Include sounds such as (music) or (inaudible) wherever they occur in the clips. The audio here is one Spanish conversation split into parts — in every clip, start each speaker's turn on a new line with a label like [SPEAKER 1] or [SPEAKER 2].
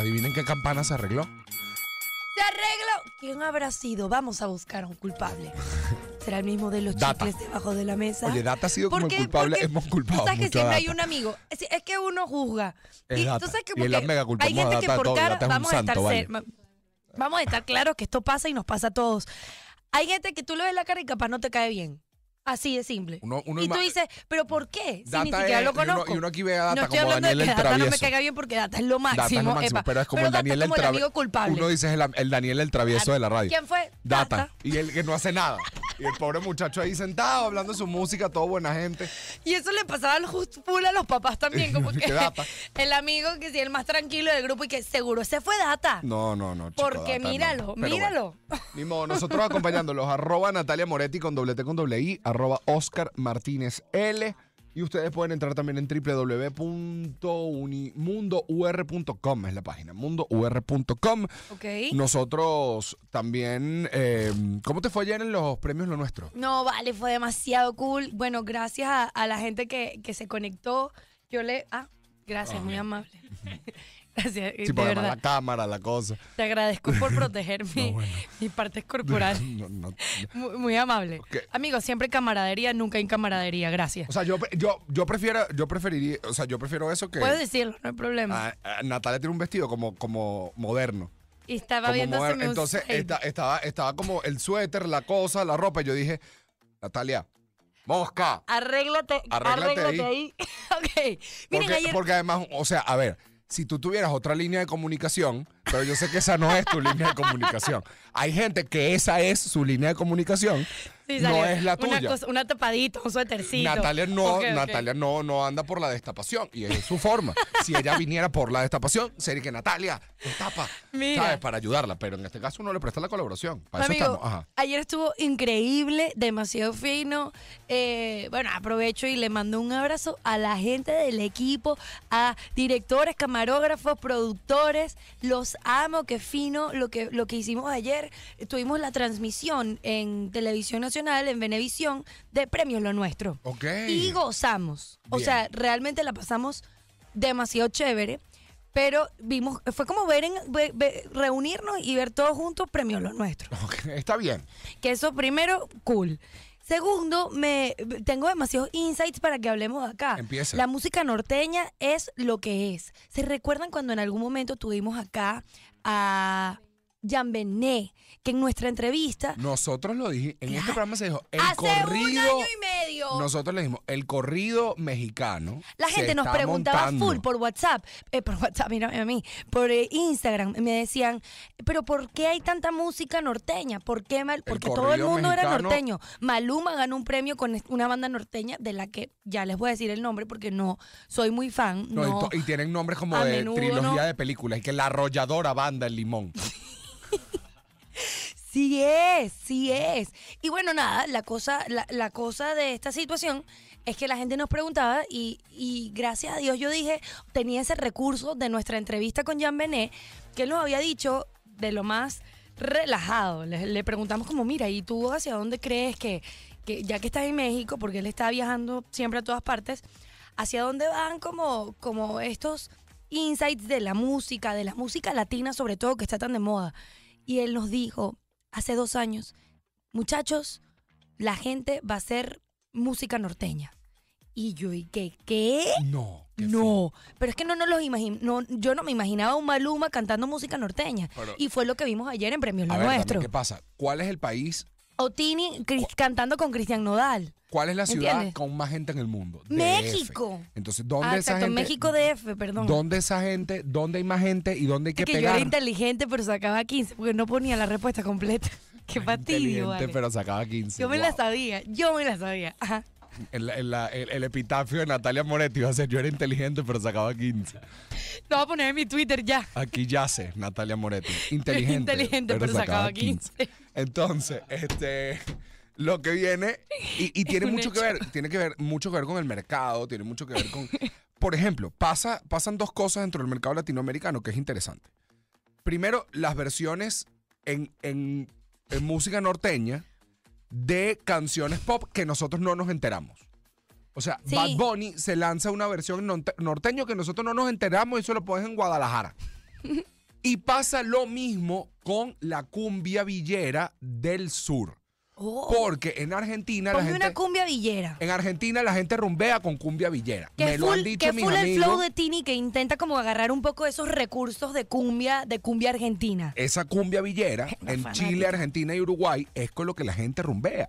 [SPEAKER 1] Adivinen qué campana se arregló.
[SPEAKER 2] Se arregló. ¿Quién habrá sido? Vamos a buscar a un
[SPEAKER 1] (laughs)
[SPEAKER 2] culpable. ¿Será el mismo de los
[SPEAKER 1] Data.
[SPEAKER 2] chicles debajo de la mesa?
[SPEAKER 1] Oye, Data ha sido
[SPEAKER 2] ¿Por
[SPEAKER 1] como el
[SPEAKER 2] qué?
[SPEAKER 1] culpable,
[SPEAKER 2] Porque
[SPEAKER 1] hemos culpado.
[SPEAKER 2] Tú sabes que
[SPEAKER 1] mucho a
[SPEAKER 2] siempre hay
[SPEAKER 1] Data.
[SPEAKER 2] un amigo. Es, es que uno juzga.
[SPEAKER 1] Es
[SPEAKER 2] y
[SPEAKER 1] Data.
[SPEAKER 2] tú sabes que
[SPEAKER 1] Y es la
[SPEAKER 2] porque
[SPEAKER 1] mega culpa.
[SPEAKER 2] hay
[SPEAKER 1] Vamos a
[SPEAKER 2] gente que
[SPEAKER 1] Data
[SPEAKER 2] por
[SPEAKER 1] todo,
[SPEAKER 2] cara
[SPEAKER 1] Data es un
[SPEAKER 2] vamos a
[SPEAKER 1] santo,
[SPEAKER 2] estar
[SPEAKER 1] vale.
[SPEAKER 2] ser- ma- vamos a estar claros que esto pasa y nos pasa a todos. Hay gente que tú le ves la cara y capaz no te cae bien. Así de simple.
[SPEAKER 1] Uno- uno
[SPEAKER 2] y tú
[SPEAKER 1] ima-
[SPEAKER 2] dices, ¿pero por qué? Si ni
[SPEAKER 1] Data
[SPEAKER 2] siquiera
[SPEAKER 1] es-
[SPEAKER 2] lo
[SPEAKER 1] y uno-
[SPEAKER 2] conozco.
[SPEAKER 1] y uno aquí ve a Data
[SPEAKER 2] no estoy
[SPEAKER 1] como
[SPEAKER 2] hablando
[SPEAKER 1] Daniel
[SPEAKER 2] de que
[SPEAKER 1] el
[SPEAKER 2] Data no me
[SPEAKER 1] travieso.
[SPEAKER 2] caiga bien porque Data es lo máximo.
[SPEAKER 1] Data es lo máximo,
[SPEAKER 2] epa.
[SPEAKER 1] pero es como el
[SPEAKER 2] Data
[SPEAKER 1] Daniel el
[SPEAKER 2] como
[SPEAKER 1] traves-
[SPEAKER 2] amigo culpable. Ah,
[SPEAKER 1] Uno dice es el, el Daniel el travieso de la radio.
[SPEAKER 2] ¿Quién fue?
[SPEAKER 1] Data.
[SPEAKER 2] Data.
[SPEAKER 1] Y el que no hace nada. Y el pobre muchacho ahí sentado hablando de su música, todo buena gente.
[SPEAKER 2] Y eso le pasaba al just full a los papás
[SPEAKER 1] (laughs)
[SPEAKER 2] también, como
[SPEAKER 1] Qué
[SPEAKER 2] que
[SPEAKER 1] data.
[SPEAKER 2] el amigo que sí, el más tranquilo del grupo y que seguro se fue data.
[SPEAKER 1] No, no, no. chico,
[SPEAKER 2] porque
[SPEAKER 1] Data, no.
[SPEAKER 2] míralo,
[SPEAKER 1] Pero
[SPEAKER 2] míralo.
[SPEAKER 1] bueno, ni modo, nosotros
[SPEAKER 2] (laughs)
[SPEAKER 1] acompañándolos. arroba Natalia Moretti con doble T con doble I, arroba Oscar Martínez L. Y ustedes pueden entrar también en www.mundour.com, es la página, mundour.com.
[SPEAKER 2] Ok.
[SPEAKER 1] Nosotros también, eh, ¿cómo te fue ayer en los premios Lo Nuestro?
[SPEAKER 2] No, vale, fue demasiado cool. Bueno, gracias a, a la gente que, que se conectó. Yo le. Ah, gracias, muy amable. (laughs) gracias,
[SPEAKER 1] Sí,
[SPEAKER 2] de
[SPEAKER 1] porque además
[SPEAKER 2] verdad.
[SPEAKER 1] la cámara, la
[SPEAKER 2] (laughs)
[SPEAKER 1] cosa.
[SPEAKER 2] Te agradezco por
[SPEAKER 1] (laughs)
[SPEAKER 2] proteger mi-
[SPEAKER 1] bueno.
[SPEAKER 2] mis partes
[SPEAKER 1] (laughs)
[SPEAKER 2] corporales.
[SPEAKER 1] No, no.
[SPEAKER 2] Muy, muy amable.
[SPEAKER 1] Ok.
[SPEAKER 2] Amigo, siempre camaradería, nunca en camaradería. Gracias.
[SPEAKER 1] O sea, yo, yo, yo prefiero, yo preferiría, o sea, yo prefiero eso que...
[SPEAKER 2] Puedes decirlo, no hay problema.
[SPEAKER 1] Ah, ah, Natalia tiene un vestido como, como moderno.
[SPEAKER 2] y estaba
[SPEAKER 1] como
[SPEAKER 2] viéndose
[SPEAKER 1] moderno.
[SPEAKER 2] un
[SPEAKER 1] Entonces
[SPEAKER 2] site.
[SPEAKER 1] esta- estaba, estaba como el suéter, la cosa, la ropa. Y yo dije, Natalia, mosca.
[SPEAKER 2] Arréglate,
[SPEAKER 1] Arréglate
[SPEAKER 2] arréglate, ahí. (laughs) ok. Miren,
[SPEAKER 1] Porque,
[SPEAKER 2] ayer.
[SPEAKER 1] porque además, o sea, a ver, si tú tuvieras otra línea de comunicación, pero yo sé que esa no es tu línea de comunicación. Hay gente que esa es su línea de comunicación,
[SPEAKER 2] sí,
[SPEAKER 1] no
[SPEAKER 2] salió
[SPEAKER 1] es la
[SPEAKER 2] una
[SPEAKER 1] tuya.
[SPEAKER 2] cosa- una tapadita, un suétercito.
[SPEAKER 1] Natalia no,
[SPEAKER 2] Ok, ok.
[SPEAKER 1] Natalia no, no anda por la destapación y es su forma. si ella viniera por la destapación, sería que Natalia destapa,
[SPEAKER 2] Mira.
[SPEAKER 1] ¿sabes? Para ayudarla, pero en este caso uno le presta la colaboración. Para eso
[SPEAKER 2] Amigo,
[SPEAKER 1] estamos. Ajá.
[SPEAKER 2] ayer estuvo increíble, demasiado fino. Eh, bueno, aprovecho y le mando un abrazo a la gente del equipo, a directores, camarógrafos, productores. Los amo, qué fino lo que, lo que hicimos ayer. Tuvimos la transmisión en Televisión Nacional, en Venevisión, de Premios Lo Nuestro.
[SPEAKER 1] Ok.
[SPEAKER 2] y gozamos. O
[SPEAKER 1] Bien.
[SPEAKER 2] sea, realmente la pasamos demasiado chévere. Pero vimos, fue como ver, en, ve- ve- reunirnos y ver todos juntos premios
[SPEAKER 1] (laughs)
[SPEAKER 2] los nuestros.
[SPEAKER 1] Ok, Está bien.
[SPEAKER 2] Que eso primero, cool. Segundo, me tengo demasiados insights para que hablemos de acá.
[SPEAKER 1] Empieza.
[SPEAKER 2] La música norteña es lo que es. ¿Se recuerdan cuando en algún momento tuvimos acá a Jean Benet, que en nuestra entrevista
[SPEAKER 1] Nosotros lo dijimos, en este
[SPEAKER 2] Claro.
[SPEAKER 1] programa se dijo, el
[SPEAKER 2] hace
[SPEAKER 1] corrido...
[SPEAKER 2] un año y medio
[SPEAKER 1] Nosotros le dijimos, el corrido mexicano.
[SPEAKER 2] La
[SPEAKER 1] se
[SPEAKER 2] gente nos
[SPEAKER 1] está
[SPEAKER 2] preguntaba
[SPEAKER 1] montando.
[SPEAKER 2] full por WhatsApp, eh, por WhatsApp, mírame a mí, por eh, Instagram, me decían, pero ¿por qué hay tanta música norteña? ¿Por qué mal? Porque todo el
[SPEAKER 1] corrido
[SPEAKER 2] mundo era
[SPEAKER 1] mexicano-
[SPEAKER 2] norteño. Maluma ganó un premio con es- una banda norteña de la que ya les voy a decir el nombre porque no soy muy fan.
[SPEAKER 1] No, y
[SPEAKER 2] no.
[SPEAKER 1] to- Y, tienen nombres como
[SPEAKER 2] A
[SPEAKER 1] de
[SPEAKER 2] menudo
[SPEAKER 1] trilogía
[SPEAKER 2] no.
[SPEAKER 1] de películas. Y que la arrolladora banda El
[SPEAKER 2] (laughs)
[SPEAKER 1] Limón.
[SPEAKER 2] Sí es, sí es. Y bueno, nada, la cosa, la, la cosa de esta situación es que la gente nos preguntaba y, y gracias a Dios yo dije, tenía ese recurso de nuestra entrevista con Jean Benet, que él nos había dicho de lo más relajado. Le, le preguntamos como, mira, ¿y tú hacia dónde crees que, que, ya que estás en México, porque él está viajando siempre a todas partes, hacia dónde van como, como estos insights de la música, de la música latina sobre todo, que está tan de moda? Y él nos dijo hace dos años, muchachos, la gente va a hacer música norteña. Y yo, ¿y qué? ¿Qué?
[SPEAKER 1] No. qué feo.
[SPEAKER 2] No, pero es que no nos los imagin- no, yo no me imaginaba un Maluma cantando música norteña.
[SPEAKER 1] Pero-
[SPEAKER 2] y fue lo que vimos ayer en Premios
[SPEAKER 1] A ver,
[SPEAKER 2] Lo
[SPEAKER 1] también,
[SPEAKER 2] Nuestro.
[SPEAKER 1] ¿qué pasa? ¿Cuál es el país?
[SPEAKER 2] Otini cri- cantando con Cristian Nodal.
[SPEAKER 1] ¿Cuál es la ciudad
[SPEAKER 2] ¿Entiendes?
[SPEAKER 1] con más gente en el mundo? DF.
[SPEAKER 2] México.
[SPEAKER 1] Entonces, ¿dónde
[SPEAKER 2] ah,
[SPEAKER 1] esa
[SPEAKER 2] exacto,
[SPEAKER 1] gente?
[SPEAKER 2] México DF, perdón.
[SPEAKER 1] ¿Dónde esa gente? ¿Dónde hay más gente? ¿Y dónde hay que,
[SPEAKER 2] Es que yo
[SPEAKER 1] pegar?
[SPEAKER 2] era inteligente, pero sacaba 15 porque no ponía la respuesta completa. (laughs) Qué fastidio,
[SPEAKER 1] Inteligente,
[SPEAKER 2] vale.
[SPEAKER 1] pero sacaba 15.
[SPEAKER 2] Yo me
[SPEAKER 1] Wow.
[SPEAKER 2] la sabía, yo me la sabía. Ajá.
[SPEAKER 1] El, el- la- el- el epitafio de Natalia Moretti iba a ser, yo era inteligente, pero sacaba 15.
[SPEAKER 2] Lo voy a poner en mi Twitter ya. (laughs)
[SPEAKER 1] Aquí yace Natalia Moretti. Inteligente.
[SPEAKER 2] Inteligente, pero sacaba 15.
[SPEAKER 1] Entonces, este, lo que viene, y,
[SPEAKER 2] (laughs)
[SPEAKER 1] y tiene
[SPEAKER 2] un
[SPEAKER 1] mucho que
[SPEAKER 2] hecho.
[SPEAKER 1] ver, tiene que ver mucho que ver con el mercado, tiene mucho que ver
[SPEAKER 2] (laughs)
[SPEAKER 1] con... Por ejemplo, pasa, pasan dos cosas dentro del mercado latinoamericano que es interesante. Primero, las versiones en, en- en música norteña de canciones pop que nosotros no nos enteramos. O sea,
[SPEAKER 2] Sí.
[SPEAKER 1] Bad Bunny se lanza una versión norte- norteño que nosotros no nos enteramos y eso lo pones en Guadalajara. Y pasa lo mismo con la cumbia villera del sur.
[SPEAKER 2] Oh,
[SPEAKER 1] Porque en Argentina la
[SPEAKER 2] ponme
[SPEAKER 1] gente.
[SPEAKER 2] una cumbia villera.
[SPEAKER 1] En Argentina la gente rumbea con cumbia villera.
[SPEAKER 2] Que
[SPEAKER 1] Me
[SPEAKER 2] es
[SPEAKER 1] lo han
[SPEAKER 2] full,
[SPEAKER 1] dicho
[SPEAKER 2] que es
[SPEAKER 1] mis
[SPEAKER 2] full el
[SPEAKER 1] amigos.
[SPEAKER 2] flow de Tini que intenta como agarrar un poco esos recursos de cumbia, de cumbia argentina.
[SPEAKER 1] Esa cumbia
[SPEAKER 2] (laughs)
[SPEAKER 1] villera
[SPEAKER 2] Una
[SPEAKER 1] en
[SPEAKER 2] fanática.
[SPEAKER 1] Chile, Argentina y Uruguay es con lo que la gente rumbea.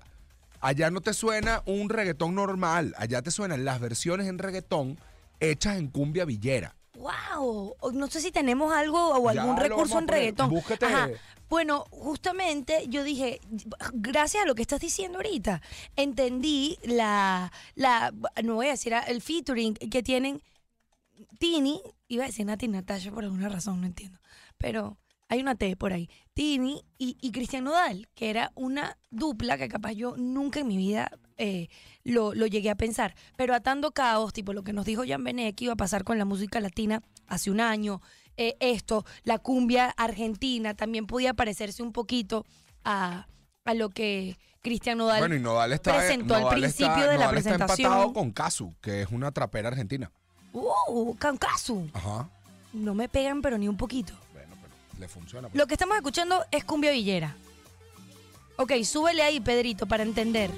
[SPEAKER 1] Allá no te suena un reggaetón normal, allá te suenan las versiones en reggaetón hechas en cumbia villera.
[SPEAKER 2] ¡Wow! No sé si tenemos algo o
[SPEAKER 1] Ya
[SPEAKER 2] algún
[SPEAKER 1] lo vamos
[SPEAKER 2] recurso
[SPEAKER 1] a
[SPEAKER 2] en
[SPEAKER 1] poner.
[SPEAKER 2] reggaetón.
[SPEAKER 1] Búscate.
[SPEAKER 2] Bueno, justamente yo dije, gracias a lo que estás diciendo ahorita, entendí la, la no voy a decir el featuring que tienen Tini, iba a decir Nati Natasha por alguna razón, no entiendo, pero hay una T por ahí, Tini y, y Cristian Nodal, que era una dupla que capaz yo nunca en mi vida eh, lo, lo llegué a pensar, pero atando caos, tipo lo que nos dijo Jan Benet que iba a pasar con la música latina hace un año, eh, esto, la cumbia argentina también podía parecerse un poquito a, a lo que Cristian Nodal...
[SPEAKER 1] Bueno, y Nodal está, eh,
[SPEAKER 2] presentó al
[SPEAKER 1] Nodal está-
[SPEAKER 2] principio de la
[SPEAKER 1] Nodal
[SPEAKER 2] presentación.
[SPEAKER 1] está empatado con Casu, que es una trapera argentina.
[SPEAKER 2] ¡Wow! ¡Cancazo!
[SPEAKER 1] Ajá.
[SPEAKER 2] Uh, No me pegan, pero ni un poquito.
[SPEAKER 1] Bueno, pero le funciona. pues.
[SPEAKER 2] Lo que estamos escuchando es cumbia villera. Ok, súbele ahí, Pedrito, para entender.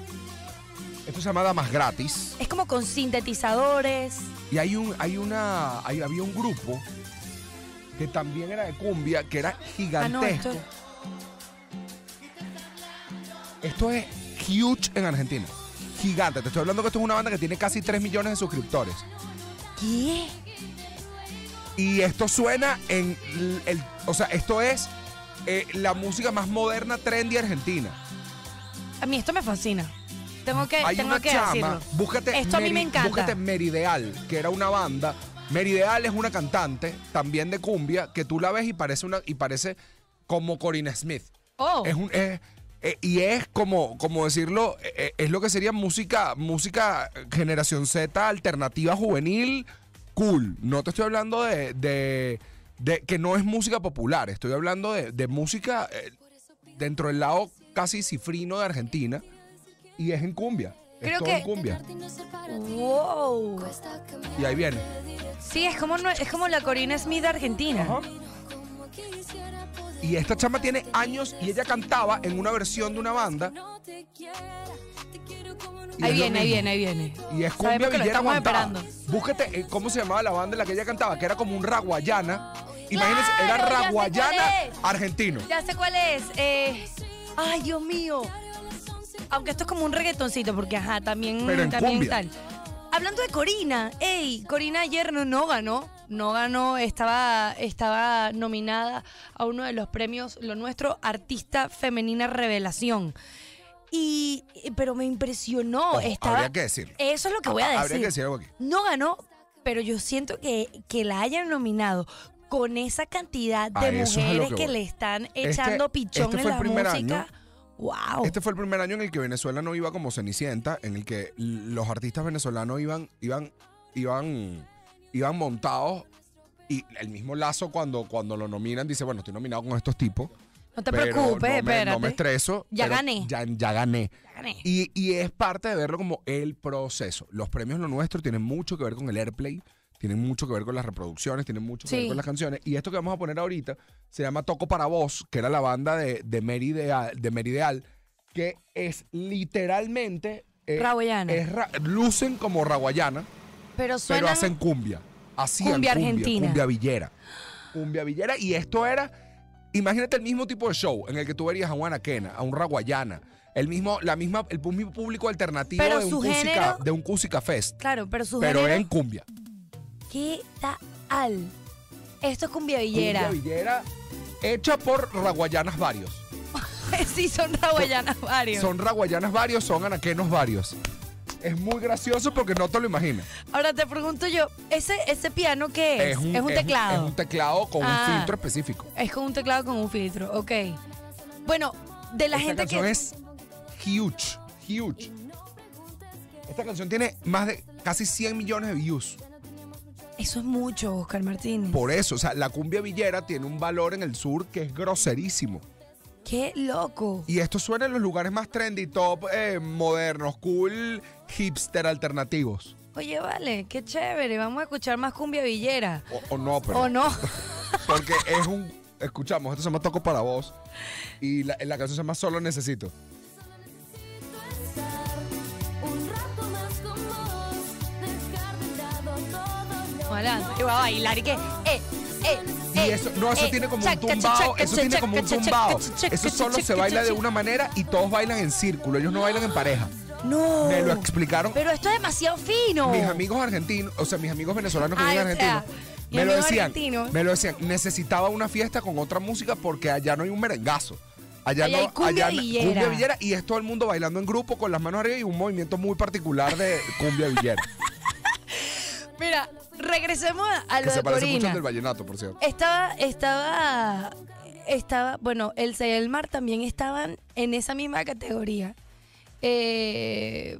[SPEAKER 1] Esto se llama Damas Gratis.
[SPEAKER 2] Es como con sintetizadores.
[SPEAKER 1] Y hay un, hay una, hay- había un grupo que también era de cumbia, que era
[SPEAKER 2] Ah, no,
[SPEAKER 1] gigantesco.
[SPEAKER 2] esto.
[SPEAKER 1] Esto es huge en Argentina. Gigante. Te estoy hablando que esto es una banda que tiene casi 3 millones de suscriptores.
[SPEAKER 2] ¿Qué?
[SPEAKER 1] Y esto suena en. l- El, o sea, esto es eh, la música más moderna, trendy argentina.
[SPEAKER 2] A mí esto me fascina. Tengo que,
[SPEAKER 1] Hay
[SPEAKER 2] tengo
[SPEAKER 1] una
[SPEAKER 2] que
[SPEAKER 1] chama.
[SPEAKER 2] decirlo.
[SPEAKER 1] Búscate,
[SPEAKER 2] Esto a mí me encanta.
[SPEAKER 1] Búscate Merideal, que era una banda. Merideal es una cantante, también de cumbia, que tú la ves y parece, una, y parece como Corinne Smith.
[SPEAKER 2] Oh,
[SPEAKER 1] Es un. es- eh, y es como, como decirlo, eh, eh, es lo que sería música, música generación Z alternativa juvenil, cool. No te estoy hablando de, de- de que no es música popular, estoy hablando de, de música eh, dentro del lado casi cifrino de Argentina y es en cumbia. es
[SPEAKER 2] Creo
[SPEAKER 1] todo
[SPEAKER 2] que-
[SPEAKER 1] en cumbia.
[SPEAKER 2] wow.
[SPEAKER 1] Y ahí viene.
[SPEAKER 2] Sí, es como, no- es como la Corina Smith de Argentina.
[SPEAKER 1] Y esta chama tiene años y ella cantaba en una versión de una banda. Y
[SPEAKER 2] Ahí
[SPEAKER 1] es lo
[SPEAKER 2] viene, ahí
[SPEAKER 1] mismo.
[SPEAKER 2] viene, ahí viene.
[SPEAKER 1] Y es
[SPEAKER 2] Sabemos
[SPEAKER 1] cumbia
[SPEAKER 2] que lo
[SPEAKER 1] villera
[SPEAKER 2] estamos
[SPEAKER 1] aguantada.
[SPEAKER 2] esperando.
[SPEAKER 1] Búsquete eh, cómo se llamaba la banda en la que ella cantaba, que era como un raguayana. Imagínense,
[SPEAKER 2] ¡Claro!
[SPEAKER 1] era
[SPEAKER 2] Ya sé cuál
[SPEAKER 1] raguayana
[SPEAKER 2] es.
[SPEAKER 1] argentino.
[SPEAKER 2] Ya sé cuál es. eh, ay, Dios mío. Aunque esto es como un reggaetoncito, porque ajá, también,
[SPEAKER 1] Pero en
[SPEAKER 2] también
[SPEAKER 1] cumbia.
[SPEAKER 2] tal. Hablando de Corina, ey, Corina ayer no, no ganó. No ganó, estaba, estaba nominada a uno de los premios, lo nuestro, Artista Femenina Revelación. Y, pero me impresionó.
[SPEAKER 1] Ojo,
[SPEAKER 2] estaba,
[SPEAKER 1] Oh, habría que decirlo. Ah,
[SPEAKER 2] Eso es lo que voy a decir.
[SPEAKER 1] Habría que decir algo aquí.
[SPEAKER 2] No ganó, pero yo siento que, que la hayan nominado con esa cantidad de
[SPEAKER 1] A
[SPEAKER 2] mujeres
[SPEAKER 1] eso es a lo
[SPEAKER 2] que,
[SPEAKER 1] que voy.
[SPEAKER 2] le están
[SPEAKER 1] Este-
[SPEAKER 2] echando pichón
[SPEAKER 1] este fue
[SPEAKER 2] en
[SPEAKER 1] el
[SPEAKER 2] la
[SPEAKER 1] primer
[SPEAKER 2] música.
[SPEAKER 1] año.
[SPEAKER 2] ¡Wow!
[SPEAKER 1] Este fue el primer año en el que Venezuela no iba como Cenicienta, en el que l- los artistas venezolanos iban, iban, iban, iban montados. Y el mismo lazo cuando, cuando lo nominan dice, bueno, estoy nominado con estos tipos.
[SPEAKER 2] no te
[SPEAKER 1] pero
[SPEAKER 2] preocupes,
[SPEAKER 1] no me,
[SPEAKER 2] espérate.
[SPEAKER 1] No me estreso.
[SPEAKER 2] Ya
[SPEAKER 1] pero
[SPEAKER 2] gané.
[SPEAKER 1] Ya, ya gané.
[SPEAKER 2] Gané.
[SPEAKER 1] Y, y es parte de verlo como el proceso. Los premios Lo Nuestro tienen mucho que ver con el airplay, tienen mucho que ver con las reproducciones, tienen mucho que
[SPEAKER 2] Sí.
[SPEAKER 1] ver con las canciones. Y esto que vamos a poner ahorita se llama Toco para Vos, que era la banda de, de, Mary, Deal- de Mary Deal, que es literalmente... eh,
[SPEAKER 2] Raguayana.
[SPEAKER 1] es ra- lucen como raguayana,
[SPEAKER 2] pero
[SPEAKER 1] pero
[SPEAKER 2] suena.
[SPEAKER 1] hacen cumbia. Hacían
[SPEAKER 2] Cumbia
[SPEAKER 1] cumbia,
[SPEAKER 2] argentina.
[SPEAKER 1] Cumbia villera. Cumbia villera. Y esto era... Imagínate el mismo tipo de show en el que tú verías a un anaquena, a un raguayana, el mismo, la misma, el mismo público alternativo
[SPEAKER 2] Pero
[SPEAKER 1] de un,
[SPEAKER 2] su
[SPEAKER 1] Cusica,
[SPEAKER 2] género-
[SPEAKER 1] de un Cusica Fest,
[SPEAKER 2] Claro, pero su
[SPEAKER 1] pero
[SPEAKER 2] género-
[SPEAKER 1] en cumbia.
[SPEAKER 2] ¿Qué tal? Esto es cumbia villera.
[SPEAKER 1] Cumbia villera hecha por raguayanas varios.
[SPEAKER 2] (laughs) sí, son raguayanas varios.
[SPEAKER 1] Son raguayanas varios, son anaquenos varios. Es muy gracioso porque no te lo imaginas.
[SPEAKER 2] Ahora te pregunto yo, ¿ese, ese piano qué es? teclado.
[SPEAKER 1] Es un teclado con
[SPEAKER 2] Ah.
[SPEAKER 1] un filtro específico.
[SPEAKER 2] Es con un teclado con un filtro, ok. Bueno, de la
[SPEAKER 1] Esta
[SPEAKER 2] gente
[SPEAKER 1] canción
[SPEAKER 2] que.
[SPEAKER 1] es huge, huge. Esta canción tiene más de casi 100 millones de views.
[SPEAKER 2] Eso es mucho, Oscar Martínez.
[SPEAKER 1] Por eso, o sea, la cumbia villera tiene un valor en el sur que es groserísimo.
[SPEAKER 2] Qué loco.
[SPEAKER 1] Y esto suena en los lugares más trendy, top, eh, modernos, cool, hipster, alternativos.
[SPEAKER 2] Oye, vale, qué chévere. Vamos a escuchar más cumbia villera.
[SPEAKER 1] O, o no, pero.
[SPEAKER 2] ¿O no? (laughs)
[SPEAKER 1] Porque es un. Escuchamos, esto se llama Toco para vos. Y la, la canción se llama Solo Necesito.
[SPEAKER 3] Solo necesito estar un rato más con vos, dejar de lado todo lo
[SPEAKER 2] Ojalá, iba a bailar y que. Eh, eh,
[SPEAKER 1] Y
[SPEAKER 2] eh,
[SPEAKER 1] eso, no, eso
[SPEAKER 2] eh,
[SPEAKER 1] tiene como un
[SPEAKER 2] chaca,
[SPEAKER 1] tumbao.
[SPEAKER 2] chaca,
[SPEAKER 1] Eso tiene
[SPEAKER 2] chaca,
[SPEAKER 1] como un
[SPEAKER 2] chaca,
[SPEAKER 1] tumbao.
[SPEAKER 2] chaca, chaca,
[SPEAKER 1] Eso solo
[SPEAKER 2] chaca,
[SPEAKER 1] se baila de
[SPEAKER 2] chaca.
[SPEAKER 1] una manera y todos bailan en círculo. Ellos no bailan en pareja.
[SPEAKER 2] No.
[SPEAKER 1] Me lo explicaron
[SPEAKER 2] Pero esto es demasiado fino.
[SPEAKER 1] mis amigos argentinos, o sea, mis amigos venezolanos que
[SPEAKER 2] Ay,
[SPEAKER 1] viven en
[SPEAKER 2] o sea,
[SPEAKER 1] Argentina.
[SPEAKER 2] mis
[SPEAKER 1] Me lo
[SPEAKER 2] amigos
[SPEAKER 1] decían,
[SPEAKER 2] argentinos.
[SPEAKER 1] me lo decían, necesitaba una fiesta con otra música porque allá no hay un merengazo. Allá,
[SPEAKER 2] Allá
[SPEAKER 1] no,
[SPEAKER 2] hay cumbia
[SPEAKER 1] allá no-
[SPEAKER 2] villera.
[SPEAKER 1] cumbia villera y es todo el mundo bailando en grupo con las manos arriba y un movimiento muy particular de cumbia villera,
[SPEAKER 2] Mira, regresemos a
[SPEAKER 1] que
[SPEAKER 2] (laughs) lo
[SPEAKER 1] se
[SPEAKER 2] de
[SPEAKER 1] parece mucho
[SPEAKER 2] Corina.
[SPEAKER 1] al del vallenato, por cierto.
[SPEAKER 2] Estaba, estaba, estaba, bueno, el y el Mar también estaban en esa misma categoría. Eh,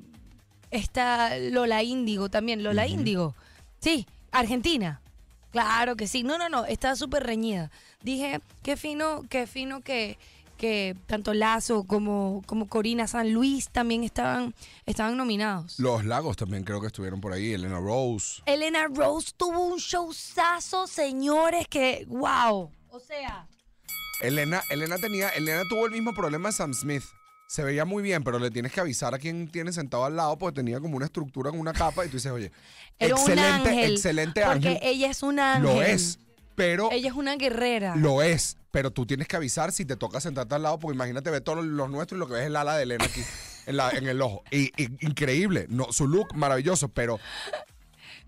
[SPEAKER 2] está Lola Índigo también, Lola Índigo. Sí, Argentina. Claro que sí. No, no, no, estaba súper reñida. Dije, qué fino, qué fino que, que tanto Lazo como, como Corina San Luis también estaban, estaban nominados.
[SPEAKER 1] Los lagos también creo que estuvieron por ahí, Elena Rose.
[SPEAKER 2] Elena Rose tuvo un showzazo, señores, que wow. O sea,
[SPEAKER 1] Elena, Elena tenía, Elena tuvo el mismo problema de Sam Smith. Se veía muy bien, pero le tienes que avisar a quien tiene sentado al lado porque tenía como una estructura con una capa y tú dices, oye,
[SPEAKER 2] (laughs) era un
[SPEAKER 1] excelente,
[SPEAKER 2] ángel.
[SPEAKER 1] excelente
[SPEAKER 2] porque
[SPEAKER 1] ángel.
[SPEAKER 2] ella es un ángel.
[SPEAKER 1] Lo es, pero
[SPEAKER 2] Ella es una guerrera.
[SPEAKER 1] lo es. Pero tú tienes que avisar si te toca sentarte al lado, porque imagínate ver todos los nuestros y lo que ves es el ala de Elena
[SPEAKER 2] (laughs)
[SPEAKER 1] aquí en, la- en el ojo. Y, y- increíble. No, su look maravilloso, pero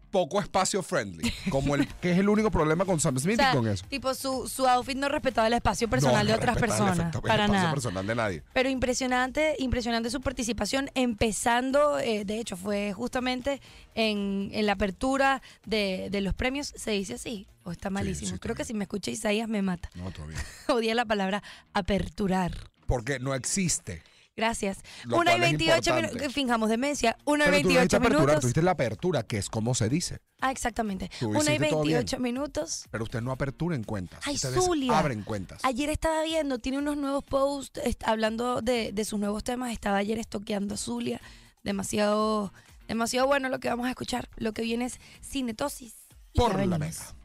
[SPEAKER 1] poco espacio friendly. Como el que es el único problema con Sam
[SPEAKER 2] O
[SPEAKER 1] Smith
[SPEAKER 2] sea,
[SPEAKER 1] y con eso.
[SPEAKER 2] tipo su, su outfit no respetaba el espacio
[SPEAKER 1] No,
[SPEAKER 2] personal de
[SPEAKER 1] no
[SPEAKER 2] otras
[SPEAKER 1] respeta el
[SPEAKER 2] personas.
[SPEAKER 1] efecto- el
[SPEAKER 2] para
[SPEAKER 1] espacio
[SPEAKER 2] nada.
[SPEAKER 1] personal de nadie.
[SPEAKER 2] Pero impresionante, impresionante su participación, empezando, eh, de hecho, fue justamente en, en la apertura de, de los premios, se dice así, o está malísimo.
[SPEAKER 1] sí,
[SPEAKER 2] Creo que si me escucha Isaías me mata. (laughs)
[SPEAKER 1] No, todavía.
[SPEAKER 2] Odia la palabra aperturar.
[SPEAKER 1] Porque no existe.
[SPEAKER 2] Gracias.
[SPEAKER 1] Lo
[SPEAKER 2] 1 y
[SPEAKER 1] cual es
[SPEAKER 2] 28
[SPEAKER 1] importante.
[SPEAKER 2] minutos. Fingamos demencia. 1 y
[SPEAKER 1] Pero tú no dijiste
[SPEAKER 2] 28
[SPEAKER 1] apertura,
[SPEAKER 2] minutos.
[SPEAKER 1] tuviste la apertura, que es como se dice.
[SPEAKER 2] Ah, exactamente.
[SPEAKER 1] Tú
[SPEAKER 2] 1 y
[SPEAKER 1] hiciste todo bien.
[SPEAKER 2] 28 minutos.
[SPEAKER 1] Pero usted no apertura en cuentas.
[SPEAKER 2] Ay,
[SPEAKER 1] Ustedes
[SPEAKER 2] Zulia.
[SPEAKER 1] abren cuentas.
[SPEAKER 2] Ayer estaba viendo, tiene unos nuevos posts est- hablando de, de sus nuevos temas. Estaba ayer estoqueando a Zulia. Demasiado, demasiado bueno lo que vamos a escuchar. Lo que viene es Cinetosis. Y ya
[SPEAKER 1] por la
[SPEAKER 2] venimos.
[SPEAKER 1] mega.